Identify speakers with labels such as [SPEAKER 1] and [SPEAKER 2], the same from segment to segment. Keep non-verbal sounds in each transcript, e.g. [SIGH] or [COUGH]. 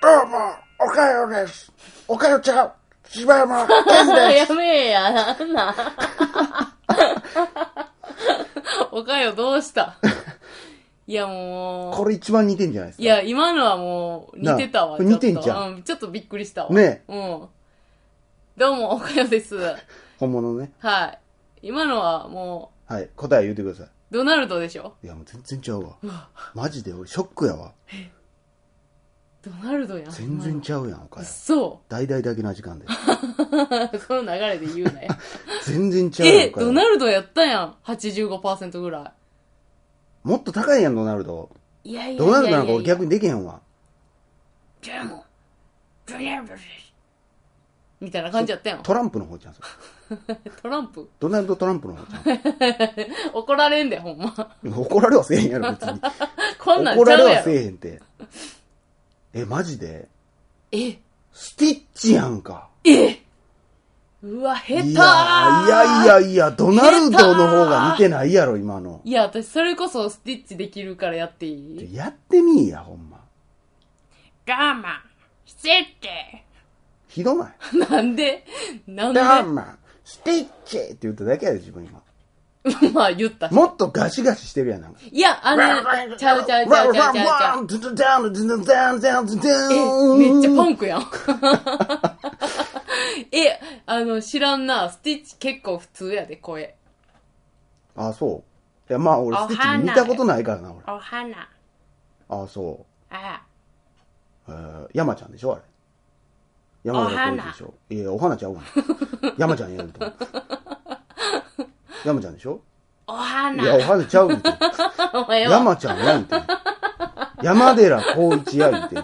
[SPEAKER 1] どうも、おかよです。おかよちゃん、柴山健で
[SPEAKER 2] やめえや、なんなん。
[SPEAKER 1] [LAUGHS]
[SPEAKER 2] おかよ、どうしたいや、
[SPEAKER 1] す。
[SPEAKER 2] も
[SPEAKER 1] これ一番似てんじゃないです
[SPEAKER 2] う、
[SPEAKER 1] か。
[SPEAKER 2] いや、今のはもう、似てたわ。
[SPEAKER 1] なあ似
[SPEAKER 2] ちょっと
[SPEAKER 1] てんじゃん
[SPEAKER 2] うちょっとびっくりしたわ。
[SPEAKER 1] ね
[SPEAKER 2] うん。どうも、おかよです。
[SPEAKER 1] 本物ね。
[SPEAKER 2] はい。今のはも
[SPEAKER 1] はい。答え言うてくださ
[SPEAKER 2] う、ドナルドでしょ
[SPEAKER 1] い。いや、もう全然ちゃうわ。マジで俺ショックやわ。
[SPEAKER 2] ドナルドやん。
[SPEAKER 1] 全然ちゃうやん、おかよ。
[SPEAKER 2] そ
[SPEAKER 1] 大々だけな時間で。
[SPEAKER 2] う。その流れで言うな
[SPEAKER 1] [LAUGHS]
[SPEAKER 2] よ。
[SPEAKER 1] 全然ちゃうやん、
[SPEAKER 2] え、
[SPEAKER 1] おかよ
[SPEAKER 2] ドナルドやったやん。85%ぐら
[SPEAKER 1] もっと高いやん、ドナルド。
[SPEAKER 2] い。いやいやいやいやいや。
[SPEAKER 1] ドナルドなんか俺逆にできへんわ。
[SPEAKER 2] でも、ブリャブリャみたいな感じやったやん。
[SPEAKER 1] トランプの方ちゃうんすよ。
[SPEAKER 2] トランプ
[SPEAKER 1] ドナルド・トランプの方ちゃ
[SPEAKER 2] 怒られんで、ほんま。 [LAUGHS]
[SPEAKER 1] うん。怒られはせえへんやろ、別に。
[SPEAKER 2] こんなん
[SPEAKER 1] 怒
[SPEAKER 2] ち
[SPEAKER 1] ら
[SPEAKER 2] ゃ
[SPEAKER 1] れ
[SPEAKER 2] うや
[SPEAKER 1] はせ
[SPEAKER 2] ろ。
[SPEAKER 1] えへんって。え、マジで
[SPEAKER 2] え、
[SPEAKER 1] スティッチやんか。
[SPEAKER 2] えうわ、下手
[SPEAKER 1] いやーいやいやいや、ドナルドの方が似てないやろ、今の。
[SPEAKER 2] いや、私それこそスティッチできるからやっていい
[SPEAKER 1] やってみいや、ほんま。
[SPEAKER 2] ガーマン、スティ
[SPEAKER 1] ひどない。
[SPEAKER 2] ッチ [LAUGHS] なんでなんで
[SPEAKER 1] ダーマン、スティッチって言っただけやで、自分今。
[SPEAKER 2] まあ言ったし。
[SPEAKER 1] もっとガシガシしてるやん、なんか。
[SPEAKER 2] いや、あの、ちゃうちゃうちゃうちゃうちゃうちゃう。え、めっちゃパンクやん。 [LAUGHS] え、あの、知らんな。スティッチ結構普通やで、声。
[SPEAKER 1] あ、そう。いや、まあ、俺、スティッチ見たことないからな、俺。
[SPEAKER 2] お花。
[SPEAKER 1] あ、そ
[SPEAKER 2] あ
[SPEAKER 1] う。えー、山ちゃんでしょ、あれ。山ちゃんでしょ。いや、お花ちゃうわ。山ちゃんやると思う。山ちゃんでしょ
[SPEAKER 2] お
[SPEAKER 1] い
[SPEAKER 2] 花
[SPEAKER 1] や、お花ちゃうみ [LAUGHS] たいな。
[SPEAKER 2] お前は。
[SPEAKER 1] 山ちゃんやんて。山寺宏一やんて。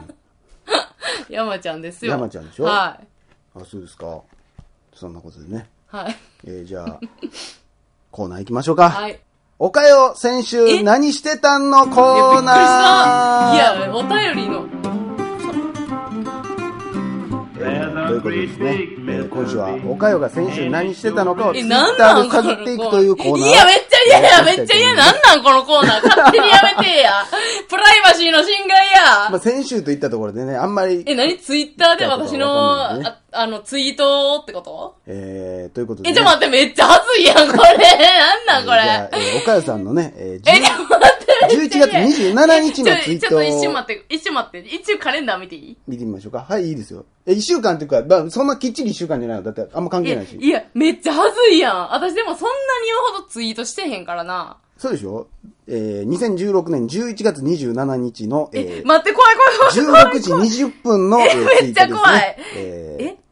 [SPEAKER 2] 山ちゃんですよ。
[SPEAKER 1] 山ちゃんでしょ
[SPEAKER 2] はい。
[SPEAKER 1] [LAUGHS] あ、そうですか。そんなことでね。
[SPEAKER 2] はい。
[SPEAKER 1] えー、じゃあ、コーナー行きましょうか。
[SPEAKER 2] はい。
[SPEAKER 1] おかよ、先週、
[SPEAKER 2] え
[SPEAKER 1] 何してたんのコー
[SPEAKER 2] い
[SPEAKER 1] ナー
[SPEAKER 2] や、びっくりした。いや、お便りの。
[SPEAKER 1] えーということですね。えー今週は、おかよが先週何してたのかをツイ
[SPEAKER 2] え、
[SPEAKER 1] ッ
[SPEAKER 2] なん
[SPEAKER 1] ター
[SPEAKER 2] なん
[SPEAKER 1] で探っていくというコーナー。
[SPEAKER 2] いや、めっちゃ嫌や、
[SPEAKER 1] やって
[SPEAKER 2] め
[SPEAKER 1] いきたいと思います
[SPEAKER 2] っちゃ嫌。なんなん、このコーナー。勝手にやめてや。プライバシーの侵害や。
[SPEAKER 1] まあ、先週といったところでね、あんまり、
[SPEAKER 2] え、何ツイッターで私の、
[SPEAKER 1] わかんないね
[SPEAKER 2] ああの、ツイートってこと
[SPEAKER 1] えー、ということで、
[SPEAKER 2] え、
[SPEAKER 1] ね。
[SPEAKER 2] ちょ、待って、めっちゃ恥ずいやん、これ。なん
[SPEAKER 1] じ
[SPEAKER 2] な
[SPEAKER 1] ゃ
[SPEAKER 2] ん、
[SPEAKER 1] あ
[SPEAKER 2] これ。
[SPEAKER 1] えーおかよさんのね、えー
[SPEAKER 2] [LAUGHS] え、ちょ、待って。
[SPEAKER 1] 10 11月27日のツイート
[SPEAKER 2] ちょちょっと
[SPEAKER 1] を
[SPEAKER 2] 一瞬待って、一瞬待って。一応カレンダー見ていい
[SPEAKER 1] 見てみましょうか。はい、いいですよ。え、1週間っていうか、まあ、そんなきっちり1週間じゃないの。だって、あんま関係ない
[SPEAKER 2] い
[SPEAKER 1] し。
[SPEAKER 2] や、めっちゃ恥ずいやん。私でもそんなに言うほどツイートしてへんからな。
[SPEAKER 1] そうでしょえー、2016年11月27日の、
[SPEAKER 2] え、
[SPEAKER 1] えー
[SPEAKER 2] 待って、怖い怖い怖い怖
[SPEAKER 1] 16
[SPEAKER 2] い。
[SPEAKER 1] 時20分の、えー
[SPEAKER 2] [LAUGHS] めっちゃ
[SPEAKER 1] ツイートですね
[SPEAKER 2] 怖い
[SPEAKER 1] えー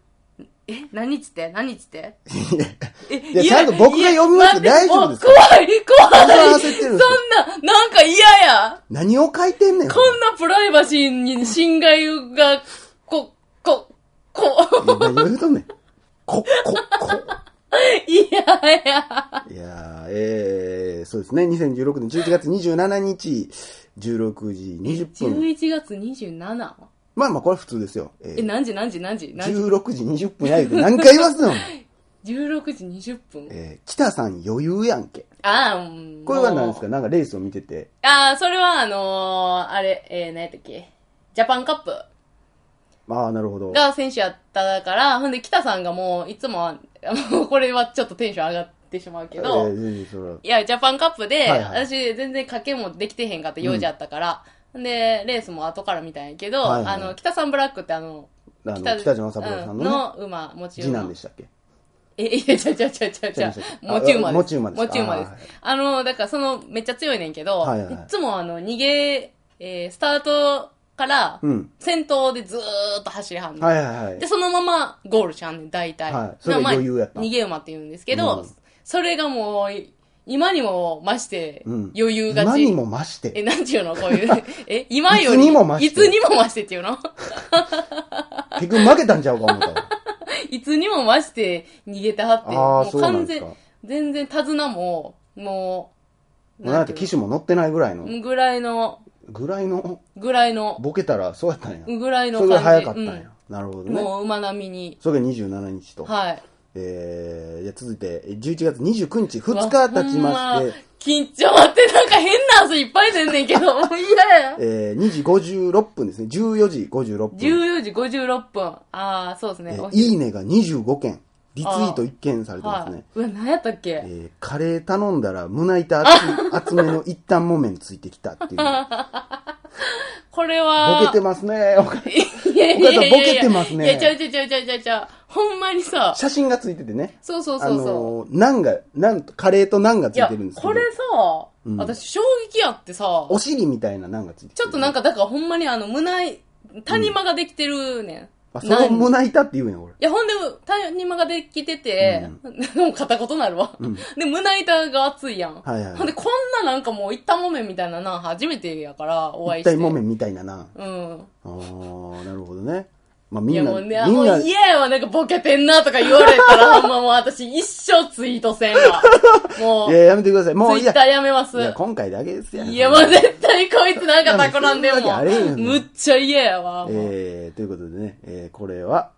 [SPEAKER 2] ええ、何日って何日ってえ、
[SPEAKER 1] いやちゃんと僕が読みますよ
[SPEAKER 2] いや
[SPEAKER 1] 大丈夫ですか
[SPEAKER 2] もう怖い、怖い。
[SPEAKER 1] 僕が焦ってるんですよ
[SPEAKER 2] そんな、なんか嫌や。
[SPEAKER 1] 何を書いてんねん。
[SPEAKER 2] こんなプライバシーに侵害が、こ、こ、
[SPEAKER 1] い
[SPEAKER 2] こ、 [LAUGHS]
[SPEAKER 1] や何を言うとんねん。こ、こ、こ。
[SPEAKER 2] 嫌や。
[SPEAKER 1] いやーえー、そうですね。2016年11月27日、16時20分。
[SPEAKER 2] 11月 27?
[SPEAKER 1] まあまあ、これは普通ですよ。え
[SPEAKER 2] え、
[SPEAKER 1] ー
[SPEAKER 2] 何時何時何時何時
[SPEAKER 1] 16時20分や言うて何回言わすの [LAUGHS]
[SPEAKER 2] ?16 時20分。
[SPEAKER 1] えー、北さん余裕やんけ。
[SPEAKER 2] ああ、うん
[SPEAKER 1] これは何で
[SPEAKER 2] もう
[SPEAKER 1] すかなんかレースを見てて。
[SPEAKER 2] ああ、それはあのー、あれ、えー、何やったっけジャパンカップ
[SPEAKER 1] ああ、なるほど。
[SPEAKER 2] が選手やったから、ほんで北さんがもういつもは、 [LAUGHS] もうこれはちょっとテンション上がってしまうけ
[SPEAKER 1] え
[SPEAKER 2] ど、
[SPEAKER 1] ー全然それはい
[SPEAKER 2] や、ジャパンカップで、
[SPEAKER 1] はいはい
[SPEAKER 2] 私全然賭けもできてへんかった、用事あったから、ほんで、レースも後から見たんやけど、
[SPEAKER 1] はいはい
[SPEAKER 2] あの、北さんブラックってあの、
[SPEAKER 1] あの北島三郎さん
[SPEAKER 2] う
[SPEAKER 1] のね、
[SPEAKER 2] 馬、持ち
[SPEAKER 1] 次
[SPEAKER 2] 馬
[SPEAKER 1] 男で。したっけ
[SPEAKER 2] え、いや、ちゃうちゃうちゃうちゃうちゃう
[SPEAKER 1] ちゃうち。ゃう
[SPEAKER 2] 持ち
[SPEAKER 1] あ
[SPEAKER 2] 馬です。
[SPEAKER 1] 持ち馬ですか
[SPEAKER 2] 持ち馬です
[SPEAKER 1] あーはい。
[SPEAKER 2] あの、だからその、めっちゃ強いねんけど、
[SPEAKER 1] はい
[SPEAKER 2] い
[SPEAKER 1] はい
[SPEAKER 2] つもあの、逃げ、えースタートから
[SPEAKER 1] うん、
[SPEAKER 2] 先頭でずーっと走りはんねん。
[SPEAKER 1] はいはいはい
[SPEAKER 2] で、。そのままゴールしはんねん、大体。
[SPEAKER 1] はいそれが余裕やった
[SPEAKER 2] まあ逃げ馬って言うんですけど、
[SPEAKER 1] うん
[SPEAKER 2] それがもう、今にも増して、
[SPEAKER 1] うん
[SPEAKER 2] 余裕がち。
[SPEAKER 1] 今にも増し
[SPEAKER 2] え、
[SPEAKER 1] て。
[SPEAKER 2] なんちゅうのこ
[SPEAKER 1] [LAUGHS]
[SPEAKER 2] ういう。え、今より。
[SPEAKER 1] いつにも増して
[SPEAKER 2] いつにも増してっていうの [LAUGHS]
[SPEAKER 1] 結局負けたんちゃうか思ったわ。
[SPEAKER 2] いつにも増して逃げてはって。
[SPEAKER 1] ああ、
[SPEAKER 2] も
[SPEAKER 1] そううなん
[SPEAKER 2] 完
[SPEAKER 1] です
[SPEAKER 2] 全
[SPEAKER 1] か。も、
[SPEAKER 2] 全然手綱も、もう、
[SPEAKER 1] うなんて
[SPEAKER 2] て
[SPEAKER 1] 機
[SPEAKER 2] いう
[SPEAKER 1] 種も乗ってないぐらいの。
[SPEAKER 2] のぐらいの、
[SPEAKER 1] ぐらいの、
[SPEAKER 2] ぐらいの、
[SPEAKER 1] ボケたらそうやったんや。
[SPEAKER 2] ぐらいの
[SPEAKER 1] それ
[SPEAKER 2] 感
[SPEAKER 1] が早
[SPEAKER 2] じ。
[SPEAKER 1] かったんや。なるほど
[SPEAKER 2] うん
[SPEAKER 1] ね。
[SPEAKER 2] もう馬並みに。
[SPEAKER 1] それが27日と。
[SPEAKER 2] はい。
[SPEAKER 1] えー、じゃあ続いて、11月29日、2日経ちまして、
[SPEAKER 2] 緊張待って、なんか変な汗いっぱい出んねん
[SPEAKER 1] [LAUGHS]
[SPEAKER 2] けど、もう嫌や。
[SPEAKER 1] えー、2時56分ですね。14時56分。
[SPEAKER 2] 14時56分。ああ、そうですね。
[SPEAKER 1] えー
[SPEAKER 2] お昼
[SPEAKER 1] いいねが25件。リツイート1件されてます
[SPEAKER 2] はい
[SPEAKER 1] ね。。
[SPEAKER 2] うわ、何やったっけ
[SPEAKER 1] えーカレー頼んだら胸板厚
[SPEAKER 2] [LAUGHS]
[SPEAKER 1] い厚めの一旦木綿ついてきたっていう。
[SPEAKER 2] これは。
[SPEAKER 1] ボケてます
[SPEAKER 2] [LAUGHS]
[SPEAKER 1] ね。おか
[SPEAKER 2] いやいやいやいや
[SPEAKER 1] お母さんボケてますね
[SPEAKER 2] いや、ちゃうちゃうちゃうちゃうちゃうちゃう。ほんまにさ、
[SPEAKER 1] 写真がついててね。
[SPEAKER 2] そうそうそうそう。
[SPEAKER 1] あのー、ナンが、なんと、カレーとナンがつ
[SPEAKER 2] いや
[SPEAKER 1] いてるんです、けど。
[SPEAKER 2] これさ、
[SPEAKER 1] うん
[SPEAKER 2] 私衝撃やってさ、
[SPEAKER 1] お尻みたいなナンがついてて
[SPEAKER 2] ちょっとなんか、だからほんまにあの、胸い、谷間ができてるねん。
[SPEAKER 1] あ、その
[SPEAKER 2] 何
[SPEAKER 1] 胸板って言うんや、俺。
[SPEAKER 2] いや、ほんで、谷間ができてて、でも片言なるわ。
[SPEAKER 1] うん。
[SPEAKER 2] で、胸板が熱いやん。
[SPEAKER 1] はいはい
[SPEAKER 2] ほんで、こんななんかもう、一旦もめみたいなな、初めてやから、お会い
[SPEAKER 1] 一
[SPEAKER 2] して。
[SPEAKER 1] 体もめみたいなナン。
[SPEAKER 2] うん。
[SPEAKER 1] あー、なるほどね。まあみ
[SPEAKER 2] いや
[SPEAKER 1] んな、
[SPEAKER 2] もう
[SPEAKER 1] みん
[SPEAKER 2] ね、
[SPEAKER 1] な、
[SPEAKER 2] もう嫌やわ、なんかボケてんなとか言われたら、ほんまもう私一生ツイートせ
[SPEAKER 1] [LAUGHS]
[SPEAKER 2] んわ。もう
[SPEAKER 1] いや、、やめてください。もう
[SPEAKER 2] ツ
[SPEAKER 1] い
[SPEAKER 2] イ
[SPEAKER 1] いや
[SPEAKER 2] ッタ。ーやめます
[SPEAKER 1] い。や、今回だけですやん
[SPEAKER 2] いや、もう絶対こいつなんか企んで
[SPEAKER 1] いやもうそんなわけあれへんよ
[SPEAKER 2] も。むっちゃ嫌やわ、もう。
[SPEAKER 1] えー、ということでね、えー、これは、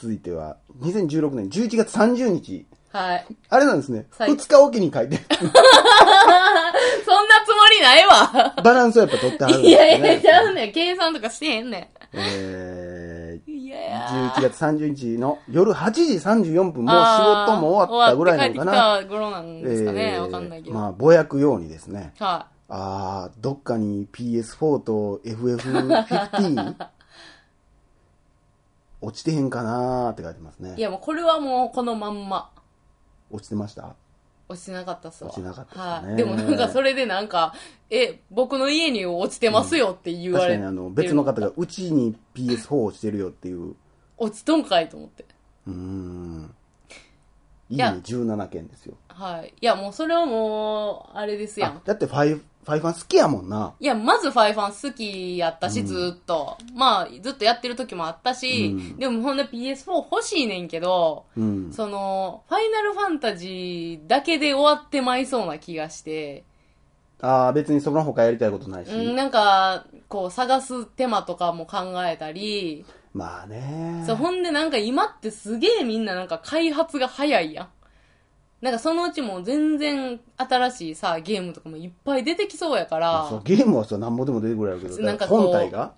[SPEAKER 1] 続いては、2016年11月30日。
[SPEAKER 2] はい。 [LAUGHS]
[SPEAKER 1] あれなんですね。
[SPEAKER 2] 最
[SPEAKER 1] 2日おきに書いて、 [LAUGHS]
[SPEAKER 2] そんなつもりないわ。
[SPEAKER 1] バランスをやっぱ取ってはるん
[SPEAKER 2] い
[SPEAKER 1] です
[SPEAKER 2] や
[SPEAKER 1] ね。
[SPEAKER 2] いや、ちゃうねん。計算とかしてへんね
[SPEAKER 1] え
[SPEAKER 2] ん。いや
[SPEAKER 1] ー、
[SPEAKER 2] や。
[SPEAKER 1] 11月30日の夜8時34分、もう仕事も終わったぐらいなのかな。
[SPEAKER 2] あー終わって帰ってきた頃なんですかね。わかんないけど。
[SPEAKER 1] まあ、ぼやくようにですね。
[SPEAKER 2] は
[SPEAKER 1] あー、どっかに PS4 と FF15
[SPEAKER 2] [LAUGHS]
[SPEAKER 1] 落ちてへんかなーって書いてます
[SPEAKER 2] い。い
[SPEAKER 1] ね。
[SPEAKER 2] や、もうこれはもうこのまんま。
[SPEAKER 1] 落ちてました
[SPEAKER 2] 落ちてなかったっすわ。
[SPEAKER 1] 落ちてなかったっすね
[SPEAKER 2] はい。でもなんかそれでなんか、え、僕の家に落ちてますよって言
[SPEAKER 1] 確
[SPEAKER 2] われ
[SPEAKER 1] か
[SPEAKER 2] て、
[SPEAKER 1] にあの、別の方が、うちに PS4 落ちてるよっていう。
[SPEAKER 2] 落ちとんかいと思って。
[SPEAKER 1] うーん。いい
[SPEAKER 2] い
[SPEAKER 1] ね、
[SPEAKER 2] や
[SPEAKER 1] 17件ですよ。
[SPEAKER 2] はい。いや、もうそれはもう、あれですや
[SPEAKER 1] あ
[SPEAKER 2] ん。
[SPEAKER 1] だってファイフ、ファイファン好きやもんな。
[SPEAKER 2] いや、まずファイファン好きやったし、ずーっと。まあ、ずっとやってる時もあったし、
[SPEAKER 1] うん
[SPEAKER 2] でもほんで PS4 欲しいねんけど、
[SPEAKER 1] うん。
[SPEAKER 2] その、ファイナルファンタジーだけで終わってまいそうな気がして、
[SPEAKER 1] ああ、別にその他やりたいことないし。
[SPEAKER 2] うん、なんか、こう、探す手間とかも考えたり、
[SPEAKER 1] まあね。
[SPEAKER 2] そう、ほんでなんか今ってすげえみんななんか開発が早いやん。なんかそのうちもう全然新しいさ、ゲームとかもいっぱい出てきそうやから。
[SPEAKER 1] そうゲームはさ、なんぼでも出てくるやろうけど、
[SPEAKER 2] なんかこう
[SPEAKER 1] 本体が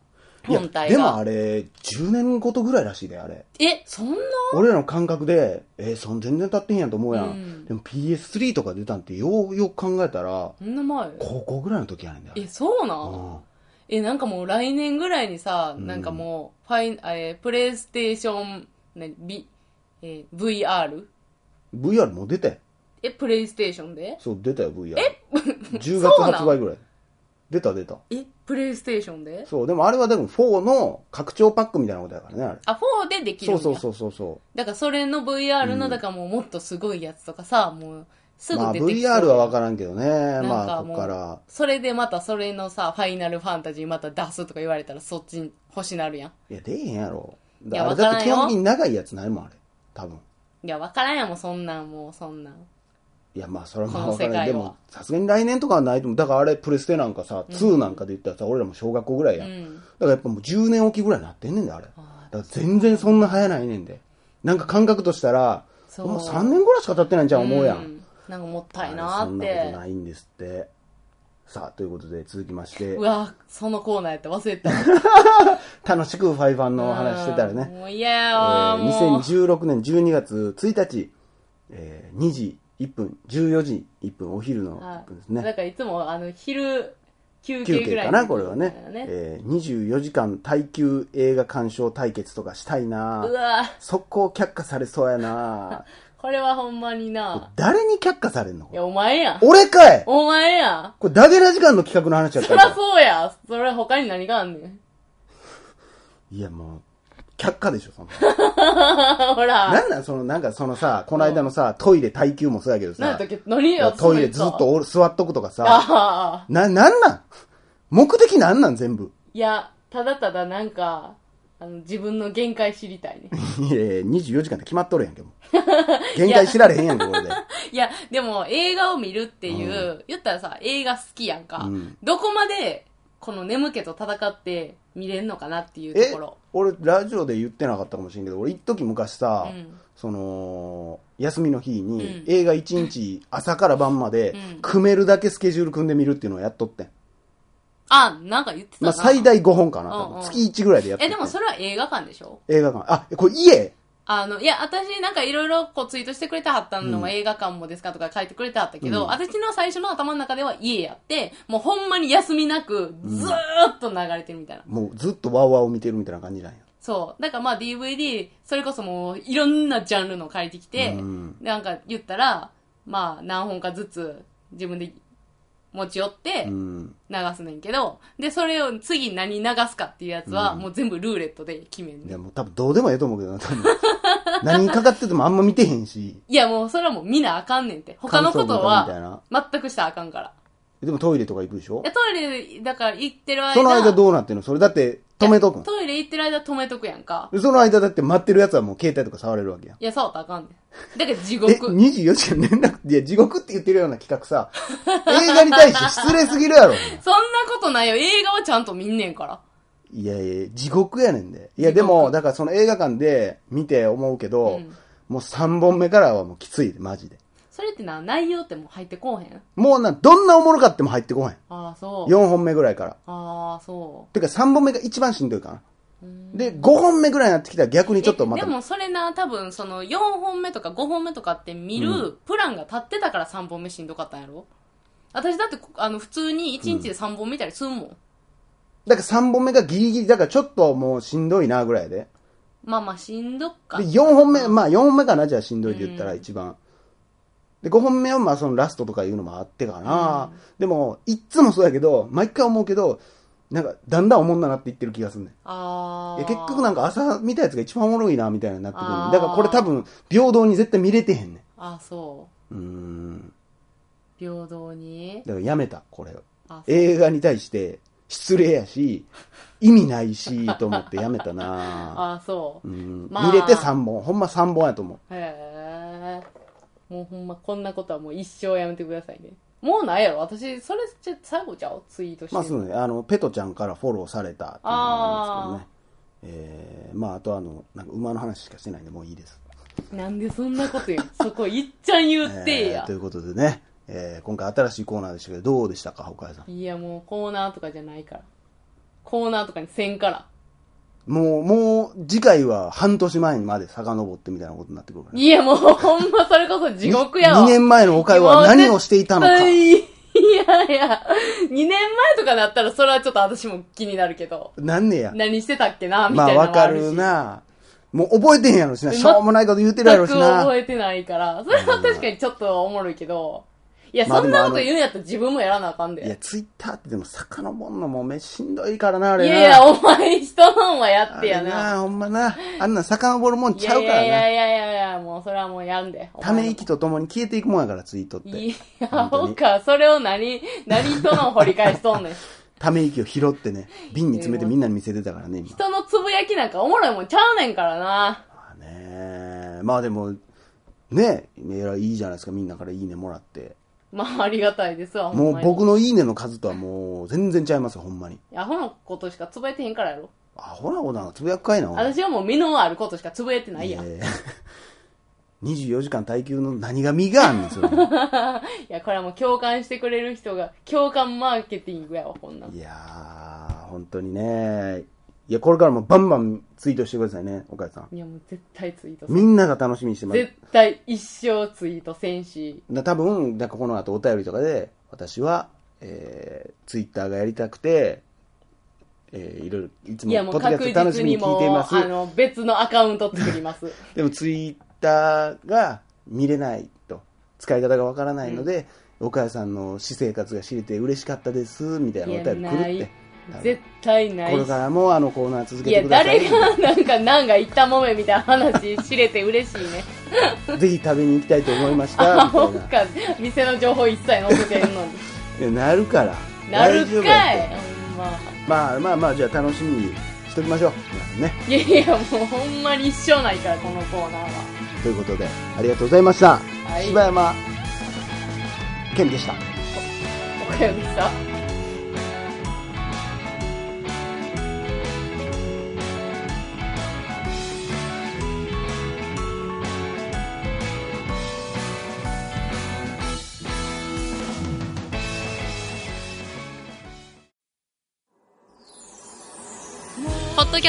[SPEAKER 1] いや
[SPEAKER 2] 本体が
[SPEAKER 1] でもあれ、10年ごとぐらいらしいで、あれ。
[SPEAKER 2] え、そんな
[SPEAKER 1] 俺らの感覚で、えーそん全然経ってへんやんと思うやん。
[SPEAKER 2] うん
[SPEAKER 1] でも PS3 とか出たんって、ようよく考えたら、
[SPEAKER 2] そんな前
[SPEAKER 1] 高校ぐらいの時やねんだよ。
[SPEAKER 2] え、そうな
[SPEAKER 1] うんん
[SPEAKER 2] え、なんかもう来年ぐらいにさ、
[SPEAKER 1] うん
[SPEAKER 2] なんかもう、ファイ、えープレイステーション、なに、ビ、えー VR?
[SPEAKER 1] VR もう出たよ。
[SPEAKER 2] え、プレイステーションで
[SPEAKER 1] そう、出たよ、VR。え ?10
[SPEAKER 2] そ
[SPEAKER 1] 月
[SPEAKER 2] うなん
[SPEAKER 1] 発売ぐらい。出た出た。
[SPEAKER 2] え、プレイステーションで
[SPEAKER 1] そう、でもあれはでも4の拡張パックみたいなことやからね、あれ。
[SPEAKER 2] あ、4でできるん
[SPEAKER 1] そ
[SPEAKER 2] や
[SPEAKER 1] うそうそうそうそ
[SPEAKER 2] だからそれの VR の、
[SPEAKER 1] うん
[SPEAKER 2] だからもうもっとすごいやつとかさ、もう、す
[SPEAKER 1] う。ま
[SPEAKER 2] ぐ
[SPEAKER 1] あ
[SPEAKER 2] 出てきそう、
[SPEAKER 1] VR はわからんけどね。
[SPEAKER 2] んか
[SPEAKER 1] まあ、こ
[SPEAKER 2] も
[SPEAKER 1] っ
[SPEAKER 2] う
[SPEAKER 1] から。
[SPEAKER 2] それでまたそれのさ、ファイナルファンタジーまた出すとか言われたらそっちに欲しなるやん。
[SPEAKER 1] いや、出えへんやろ。
[SPEAKER 2] いや
[SPEAKER 1] だあれ
[SPEAKER 2] わからん
[SPEAKER 1] だって
[SPEAKER 2] よ
[SPEAKER 1] 基本的に長いやつないもん、あれ。多分。
[SPEAKER 2] いや、わからんやんもうそんなん、もうそんなん。
[SPEAKER 1] いや、まあ、それはまあ
[SPEAKER 2] この
[SPEAKER 1] わから
[SPEAKER 2] 世界
[SPEAKER 1] ん。で
[SPEAKER 2] は
[SPEAKER 1] も、さすがに来年とかはないと思う。だからあれ、プレステなんかさ、2なんかで言ったらさ、俺らも小学校ぐらいうやん。だか
[SPEAKER 2] ん。
[SPEAKER 1] らやっぱもう10年おきぐらいになってんねんで、あれ。だから全然そんな早ないねんで。なんか感覚としたら、
[SPEAKER 2] そう
[SPEAKER 1] もう3年ぐらいしか経ってないんじゃん、思うやん。
[SPEAKER 2] ん。なんかもったいなーっ
[SPEAKER 1] あれそんなこと
[SPEAKER 2] て。
[SPEAKER 1] ないんですって。さあ、ということで続きまして
[SPEAKER 2] う、わ、そのコーナーやって忘れてた。
[SPEAKER 1] 楽しくファイファンのお話してたら
[SPEAKER 2] うん
[SPEAKER 1] ね、
[SPEAKER 2] もう嫌
[SPEAKER 1] え
[SPEAKER 2] やわ、
[SPEAKER 1] ー
[SPEAKER 2] もう。
[SPEAKER 1] 2016年12月1日、えー2時1分、14時1分、お昼の1分です
[SPEAKER 2] だ
[SPEAKER 1] ね。
[SPEAKER 2] からいつも、あの、昼休
[SPEAKER 1] 休
[SPEAKER 2] 憩ぐ
[SPEAKER 1] 憩
[SPEAKER 2] らい
[SPEAKER 1] か
[SPEAKER 2] に
[SPEAKER 1] な、これはね
[SPEAKER 2] だから。
[SPEAKER 1] えー24時間耐久映画鑑賞対決とかしたいうな
[SPEAKER 2] わ、
[SPEAKER 1] 速攻却下されそうや
[SPEAKER 2] [LAUGHS]
[SPEAKER 1] な
[SPEAKER 2] これはほんまにな。
[SPEAKER 1] 誰に却下されんのこ
[SPEAKER 2] い
[SPEAKER 1] れ
[SPEAKER 2] や、お前やん。
[SPEAKER 1] 俺かい
[SPEAKER 2] お前やん。
[SPEAKER 1] これダゲな時間の企画の話やっ
[SPEAKER 2] そ
[SPEAKER 1] た
[SPEAKER 2] りゃ
[SPEAKER 1] ら。
[SPEAKER 2] そうや。それ他に何があんねん。 [LAUGHS]
[SPEAKER 1] いや、もう、却下でしょ、そんな。
[SPEAKER 2] [LAUGHS] ほら。
[SPEAKER 1] なんなんその、なんかそのさ、この間のさ、トイレ耐久もそうやけど
[SPEAKER 2] 何や
[SPEAKER 1] さ
[SPEAKER 2] ったっ、け何や
[SPEAKER 1] トイレずっと。おる座っとくとかさ、
[SPEAKER 2] ああ。
[SPEAKER 1] な、なんなん目的なんなん全部。 [LAUGHS]
[SPEAKER 2] いや、ただただなんか、あの、自分の限界知りたいね。 [LAUGHS]
[SPEAKER 1] いやいや、24時間って決まっとるやんけ、もう。限界知られへんやんけ、これで。
[SPEAKER 2] いや、でも映画を見るっていう、言ったらさ、映画好きやんか。
[SPEAKER 1] うん
[SPEAKER 2] どこまでこの眠気と戦って見れんのかなっていう
[SPEAKER 1] え
[SPEAKER 2] ところ。
[SPEAKER 1] 俺ラジオで言ってなかったかもしれんけど俺一時昔
[SPEAKER 2] う
[SPEAKER 1] さ、
[SPEAKER 2] ん。
[SPEAKER 1] その休みの日に
[SPEAKER 2] うん
[SPEAKER 1] 映画一日朝から晩まで
[SPEAKER 2] うん
[SPEAKER 1] 組めるだけスケジュール組んでみるっていうのをやっとってん、
[SPEAKER 2] あ、なんか言ってた
[SPEAKER 1] ま
[SPEAKER 2] な。
[SPEAKER 1] あ、最大5本かな、多
[SPEAKER 2] うんう
[SPEAKER 1] 分
[SPEAKER 2] ん
[SPEAKER 1] 月1ぐらいでやっと
[SPEAKER 2] え、
[SPEAKER 1] ってん
[SPEAKER 2] でもそれは映画館でしょ
[SPEAKER 1] 映画館あこれ家
[SPEAKER 2] あの、いや、私なんかいろいろこうツイートしてくれてはったの
[SPEAKER 1] う
[SPEAKER 2] は、
[SPEAKER 1] ん
[SPEAKER 2] 映画館もですかとか書いてくれてはったけど、
[SPEAKER 1] うん
[SPEAKER 2] 私の最初の頭の中では家やって、もうほんまに休みなくずーっと流れてるみたいな。
[SPEAKER 1] もうずっとワーワーを見てるみたいな感じなんや
[SPEAKER 2] そう。だからまあ DVD、それこそもういろんなジャンルのを借りてきて、
[SPEAKER 1] うん
[SPEAKER 2] なんか言ったら、まあ何本かずつ自分で持ち寄って
[SPEAKER 1] う
[SPEAKER 2] 流
[SPEAKER 1] ん
[SPEAKER 2] すねんけど、で、それを次何流すかっていうやつはもう全部ルーレットで決めん
[SPEAKER 1] い
[SPEAKER 2] ねん、
[SPEAKER 1] やもう多分どうでもええと思うけどな多
[SPEAKER 2] [LAUGHS]
[SPEAKER 1] 分何にかかっててもあんま見てへんし
[SPEAKER 2] いやもうそれはもう見なあかんねんって。他のこと
[SPEAKER 1] 感想文化みたい
[SPEAKER 2] は
[SPEAKER 1] な
[SPEAKER 2] 全くしたらあかんから。
[SPEAKER 1] でもトイレとか行くでしょ
[SPEAKER 2] え、トイレ、だから行ってる間。
[SPEAKER 1] その間どうなってんのそれだって止めとくん
[SPEAKER 2] トイレ行ってる間止めとくやんか。
[SPEAKER 1] でその間だって待ってるやつはもう携帯とか触れるわけやん
[SPEAKER 2] いや、触ったらあかんねん。だから地
[SPEAKER 1] え、
[SPEAKER 2] 獄。
[SPEAKER 1] 24時間連絡、いや、地獄って言ってるような企画さ、映画に対して失礼すぎるやろ。
[SPEAKER 2] そんなことないよ。映画はちゃんと見んねんから。
[SPEAKER 1] いやいや、地獄やねんで。いや、で
[SPEAKER 2] 地
[SPEAKER 1] も、
[SPEAKER 2] 獄
[SPEAKER 1] だからその映画館で見て思うけど、
[SPEAKER 2] うん
[SPEAKER 1] もう3本目からはもうきついで、マジで。
[SPEAKER 2] それってな、内容ってもう入ってこうへん
[SPEAKER 1] もうな、どんなおもろかっても入ってこへん。
[SPEAKER 2] ああ、そう。
[SPEAKER 1] 4本目ぐらいから。
[SPEAKER 2] ああ、そう。
[SPEAKER 1] てか3本目が一番しんどいかな。
[SPEAKER 2] うん
[SPEAKER 1] で、5本目ぐらいになってきたら逆にちょっとま
[SPEAKER 2] え
[SPEAKER 1] た
[SPEAKER 2] で、もそれな、多分その4本目とか5本目とかって見
[SPEAKER 1] う
[SPEAKER 2] るプランが立ってたから3本目しんどかったんやろ私だってこあの普通に1日で3本見たりするもん。
[SPEAKER 1] だから3本目がギリギリ、だからちょっともうしんどいなぐらいで。
[SPEAKER 2] まあまあしんどっか
[SPEAKER 1] で、。4本目、まあ4本目かな、じゃあしんどいって言ったら一番。で、5本目はまあそのラストとかいうのもあってかな。でも、いっつもそうやけど、毎回思うけど、なんか、だんだんおもんななって言ってる気がすんねん。
[SPEAKER 2] あ
[SPEAKER 1] いや
[SPEAKER 2] あ。
[SPEAKER 1] 結局なんか朝見たやつが一番おもろいな、みたいになってくるねん。
[SPEAKER 2] あー
[SPEAKER 1] だからこれ多分、平等に絶対見れてへんね
[SPEAKER 2] ああ、そ
[SPEAKER 1] ん。うーん。
[SPEAKER 2] う。平等に。
[SPEAKER 1] だからやめた、これを。
[SPEAKER 2] あそう
[SPEAKER 1] 映画に対して、失礼やし、意味ないし、と思ってやめたな。
[SPEAKER 2] [LAUGHS] ああ、そうう。
[SPEAKER 1] ん。
[SPEAKER 2] ま
[SPEAKER 1] 見
[SPEAKER 2] あ
[SPEAKER 1] れて3本。ほんま3本やと思う。
[SPEAKER 2] へえ。もうほんまこんなことはもう一生やめてくださいね。もうないやろ私、それじゃ最後ちゃうツイートして
[SPEAKER 1] まあ
[SPEAKER 2] る
[SPEAKER 1] そうね、あの、ペトちゃんからフォローされたっていうのがあるんですけどね。えー、まああとあの、なんか馬の話しかしてないんで、もういいです。
[SPEAKER 2] なんでそんなこと言うそこいっちゃん言って
[SPEAKER 1] [LAUGHS] えー
[SPEAKER 2] や
[SPEAKER 1] とい。うことでね、えー、今回新しいコーナーでしたけど、どうでしたか、岡谷さん。
[SPEAKER 2] いやもうコーナーとかじゃないから。コーナーとかにせんから。
[SPEAKER 1] もう、もう、次回は半年前にまで遡ってみたいなことになってくるから、ね。
[SPEAKER 2] いやもうほんまそれこそ地獄やわ。
[SPEAKER 1] 2年前の岡谷は何をしていたのか。
[SPEAKER 2] もう絶対いやいや、2年前とかだったらそれはちょっと私も気になるけど。
[SPEAKER 1] なんねや。
[SPEAKER 2] [LAUGHS] 何してたっけなみ
[SPEAKER 1] ま
[SPEAKER 2] た
[SPEAKER 1] あ
[SPEAKER 2] いな
[SPEAKER 1] わ
[SPEAKER 2] のも
[SPEAKER 1] か
[SPEAKER 2] あるし。
[SPEAKER 1] るな。もう覚えてへんやろしな。
[SPEAKER 2] 全
[SPEAKER 1] し
[SPEAKER 2] く
[SPEAKER 1] ょうもないこと言うてるや
[SPEAKER 2] 全
[SPEAKER 1] ろ
[SPEAKER 2] く
[SPEAKER 1] しな。
[SPEAKER 2] 覚えてないから。それは確かにちょっとおもろいけど。いや、
[SPEAKER 1] まあ
[SPEAKER 2] そんな
[SPEAKER 1] でもあ
[SPEAKER 2] こと
[SPEAKER 1] の
[SPEAKER 2] 言うんやったら自分もやらなあかんで。
[SPEAKER 1] いや、ツイッターってでも遡んのもめしんどいからな、あ
[SPEAKER 2] い
[SPEAKER 1] れな。
[SPEAKER 2] やいや、お前人のはや
[SPEAKER 1] あ
[SPEAKER 2] って
[SPEAKER 1] れ
[SPEAKER 2] やな。
[SPEAKER 1] ほんま
[SPEAKER 2] [LAUGHS]
[SPEAKER 1] な。あんなん遡るもん
[SPEAKER 2] い
[SPEAKER 1] ちゃ
[SPEAKER 2] や
[SPEAKER 1] う
[SPEAKER 2] い
[SPEAKER 1] からな。
[SPEAKER 2] やいやいやいやいや、もうそれはもうやんで。
[SPEAKER 1] ため息とともに消えていくもんやから、ツイートっ
[SPEAKER 2] い
[SPEAKER 1] て。
[SPEAKER 2] や、おか、それを何、何との掘り返しとん
[SPEAKER 1] [LAUGHS]
[SPEAKER 2] ねん。
[SPEAKER 1] ため息を拾って
[SPEAKER 2] [LAUGHS]
[SPEAKER 1] ね、瓶に詰めてみんなに見せてたからね、今。
[SPEAKER 2] 人のつぶやきなんかおもろいもんちゃうねんからな。
[SPEAKER 1] まあねまあでも、ねえらいいいじゃないですか、みんなからいいねもらって。
[SPEAKER 2] まあ、ありがたいですわ、ほ
[SPEAKER 1] も
[SPEAKER 2] ん
[SPEAKER 1] う
[SPEAKER 2] まに。
[SPEAKER 1] 僕のいいねの数とはもう全然ちゃいますよ、ほんまに。
[SPEAKER 2] アホのことしかつぶやいてへんからやろ。
[SPEAKER 1] アホなことなの、つぶやくかいな、お前
[SPEAKER 2] 私はもう身のあることしかつぶやいてないやん。
[SPEAKER 1] [LAUGHS]
[SPEAKER 2] い
[SPEAKER 1] えー24時間耐久の何が身があんねん、それ。
[SPEAKER 2] [LAUGHS] や、これはもう共感してくれる人が、共感マーケティングやわ、こんなん。
[SPEAKER 1] いやー、本当にね。いや、これからもバンバンツイートしてくださいね、岡井さん。
[SPEAKER 2] いや、もう絶対ツイートせん。
[SPEAKER 1] みんなが楽しみにしてます
[SPEAKER 2] 絶。対一生ツイートせんし。
[SPEAKER 1] な多分、なんかこの後お便りとかで、私は、えー、ツイッターがやりたくて、えー、いろいろ、いつ
[SPEAKER 2] いや、
[SPEAKER 1] も
[SPEAKER 2] も
[SPEAKER 1] ポッド
[SPEAKER 2] う
[SPEAKER 1] キャ
[SPEAKER 2] 確
[SPEAKER 1] スト楽し
[SPEAKER 2] 実
[SPEAKER 1] み
[SPEAKER 2] に
[SPEAKER 1] に聞いてい
[SPEAKER 2] もう、
[SPEAKER 1] ま
[SPEAKER 2] あ
[SPEAKER 1] す。
[SPEAKER 2] の、別のアカウント作ります。
[SPEAKER 1] でもツイッターが見れないと、使い方がわからないので、岡谷さんの私生活が知れて嬉しかったです、みたいなお便り来
[SPEAKER 2] い
[SPEAKER 1] る
[SPEAKER 2] や
[SPEAKER 1] って。
[SPEAKER 2] 絶対ない
[SPEAKER 1] これ
[SPEAKER 2] し
[SPEAKER 1] からもあのコーナー続け
[SPEAKER 2] い
[SPEAKER 1] て
[SPEAKER 2] や、
[SPEAKER 1] ください。
[SPEAKER 2] 誰がなんか、なんか言ったもめみたいな話知れて嬉し
[SPEAKER 1] [LAUGHS]
[SPEAKER 2] いね。
[SPEAKER 1] ぜひ食べに行きたいと思いました。
[SPEAKER 2] あ
[SPEAKER 1] み、た
[SPEAKER 2] ほっ
[SPEAKER 1] いな
[SPEAKER 2] か、店の情報一切載せてんのに。
[SPEAKER 1] いや。なるから。
[SPEAKER 2] なる
[SPEAKER 1] 大丈夫
[SPEAKER 2] か
[SPEAKER 1] や
[SPEAKER 2] い
[SPEAKER 1] って。
[SPEAKER 2] ほんま。
[SPEAKER 1] まあまあまあ、じゃあ楽しみにしときましょう。皆さんね。
[SPEAKER 2] いやいや、もうほんまに一生ないから、このコーナーは。
[SPEAKER 1] ということで、ありがとうございました。
[SPEAKER 2] はい
[SPEAKER 1] 柴山健でした。
[SPEAKER 2] おかよでした。ッドキ